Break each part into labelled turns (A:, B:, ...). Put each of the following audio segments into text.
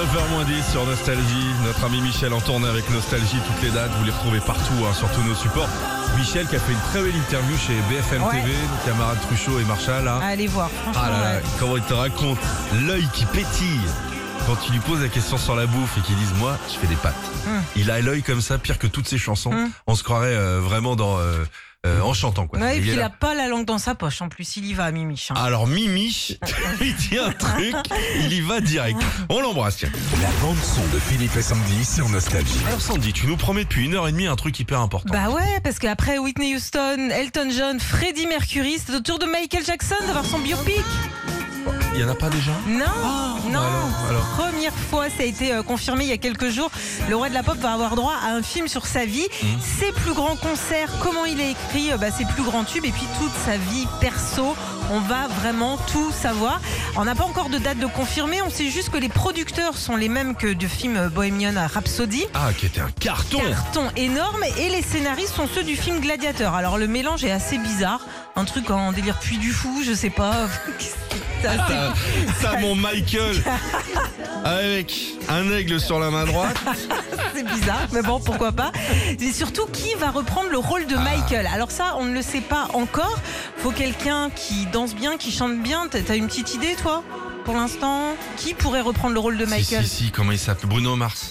A: 9h10 sur Nostalgie. Notre ami Michel en tournée avec Nostalgie. Toutes les dates, vous les retrouvez partout, hein, sur tous nos supports. Michel qui a fait une très belle interview chez BFM
B: Ouais.
A: TV, nos camarades Truchot et Marshall. hein.
B: Allez voir, franchement.
A: Ah là là,
B: ouais.
A: comment il te raconte l'œil qui pétille quand il lui pose la question sur la bouffe et qu'il dise moi je fais des pâtes.
B: Hum.
A: Il a l'œil comme ça, pire que toutes ses chansons.
B: Hum.
A: On se croirait euh, vraiment dans euh, euh, en chantant quoi.
B: Ouais, et
A: Il
B: puis
A: est
B: il
A: là. Ah,
B: a pas la langue dans sa poche, en plus, il y va, Mimiche. hein.
C: Ah.
A: Alors Mimi, il dit un truc, il y va direct. On l'embrasse. tiens.
C: La bande son de Philippe et Sandy sur Nostalgie.
A: Alors Sandy, tu nous promets depuis une heure et demie un truc hyper important.
B: Bah ouais, parce qu'après Whitney Houston, Elton John, Freddie Mercury, c'est au tour de Michael Jackson d'avoir son biopic.
A: Il y en a pas déjà
B: Non, non.
A: Ah, bah alors, alors.
B: Première fois, ça a été euh, confirmé il y a quelques jours. Le roi de la pop va avoir droit à un film sur sa vie,
A: Hmm.
B: ses plus grands concerts, comment il a écrit euh, bah, ses plus grands tubes et puis toute sa vie perso. On va vraiment tout savoir. On n'a pas encore de date de confirmée. On sait juste que les producteurs sont les mêmes que du film euh, Bohemian Rhapsody
A: Ah, qui était un carton.
B: carton énorme et les scénaristes sont ceux du film Gladiateur. Alors le mélange est assez bizarre, un truc en délire puits du fou, je sais pas. C'est assez-
A: Ça, Euh, ça, mon Michael avec un aigle sur la main droite.
B: C'est bizarre, mais bon, pourquoi pas. Et surtout, qui va reprendre le rôle
A: Ah.
B: de Michael Alors ça, on ne le sait pas encore. Faut quelqu'un qui danse bien, qui chante bien. T'as- T'as une petite idée, toi pour l'instant, qui pourrait reprendre le rôle de Michael
A: Si, si, si, comment il s'appelle Bruno Mars.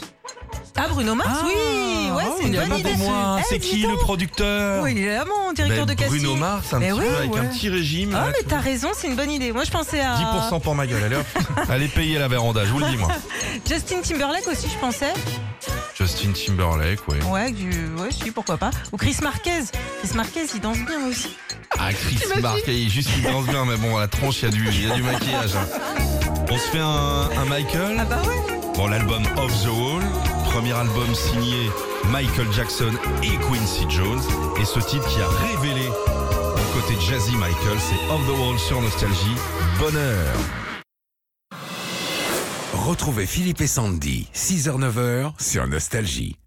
B: Ah, Bruno Mars,
A: Ah,
B: oui Ouais,
A: oh,
B: c'est une
A: il y a
B: bonne
A: pas
B: idée.
A: pour moi.
B: Eh,
A: c'est
B: dis
A: qui
B: donc.
A: le producteur
B: Oui, il est là, mon directeur
A: Ben,
B: de casting.
A: Bruno Mars, un
B: Mais
A: petit
B: oui,
A: peu avec
B: ouais.
A: un petit régime.
B: Ah,
A: là,
B: mais
A: tout.
B: t'as raison, c'est une bonne idée. Moi, je pensais à.
A: 10% pour ma gueule, allez hop. Allez payer la véranda, je vous le dis moi.
B: Justin Timberlake aussi, je pensais.
A: Justin Timberlake, ouais.
B: Ouais, du... ouais, si, pourquoi pas. Ou Chris Marquez. Chris Marquez, il danse bien aussi.
A: Ah, Chris Marquet, juste il danse bien, mais bon, à la tronche, il y a du, il y a du maquillage. hein. On se fait un, un Michael.
B: Ah bah ouais.
A: Bon, l'album Off the Wall, premier album signé Michael Jackson et Quincy Jones. Et ce titre qui a révélé le côté jazzy Michael, c'est Off the Wall sur Nostalgie. Bonheur.
C: Retrouvez Philippe et Sandy, 6h-9h sur Nostalgie.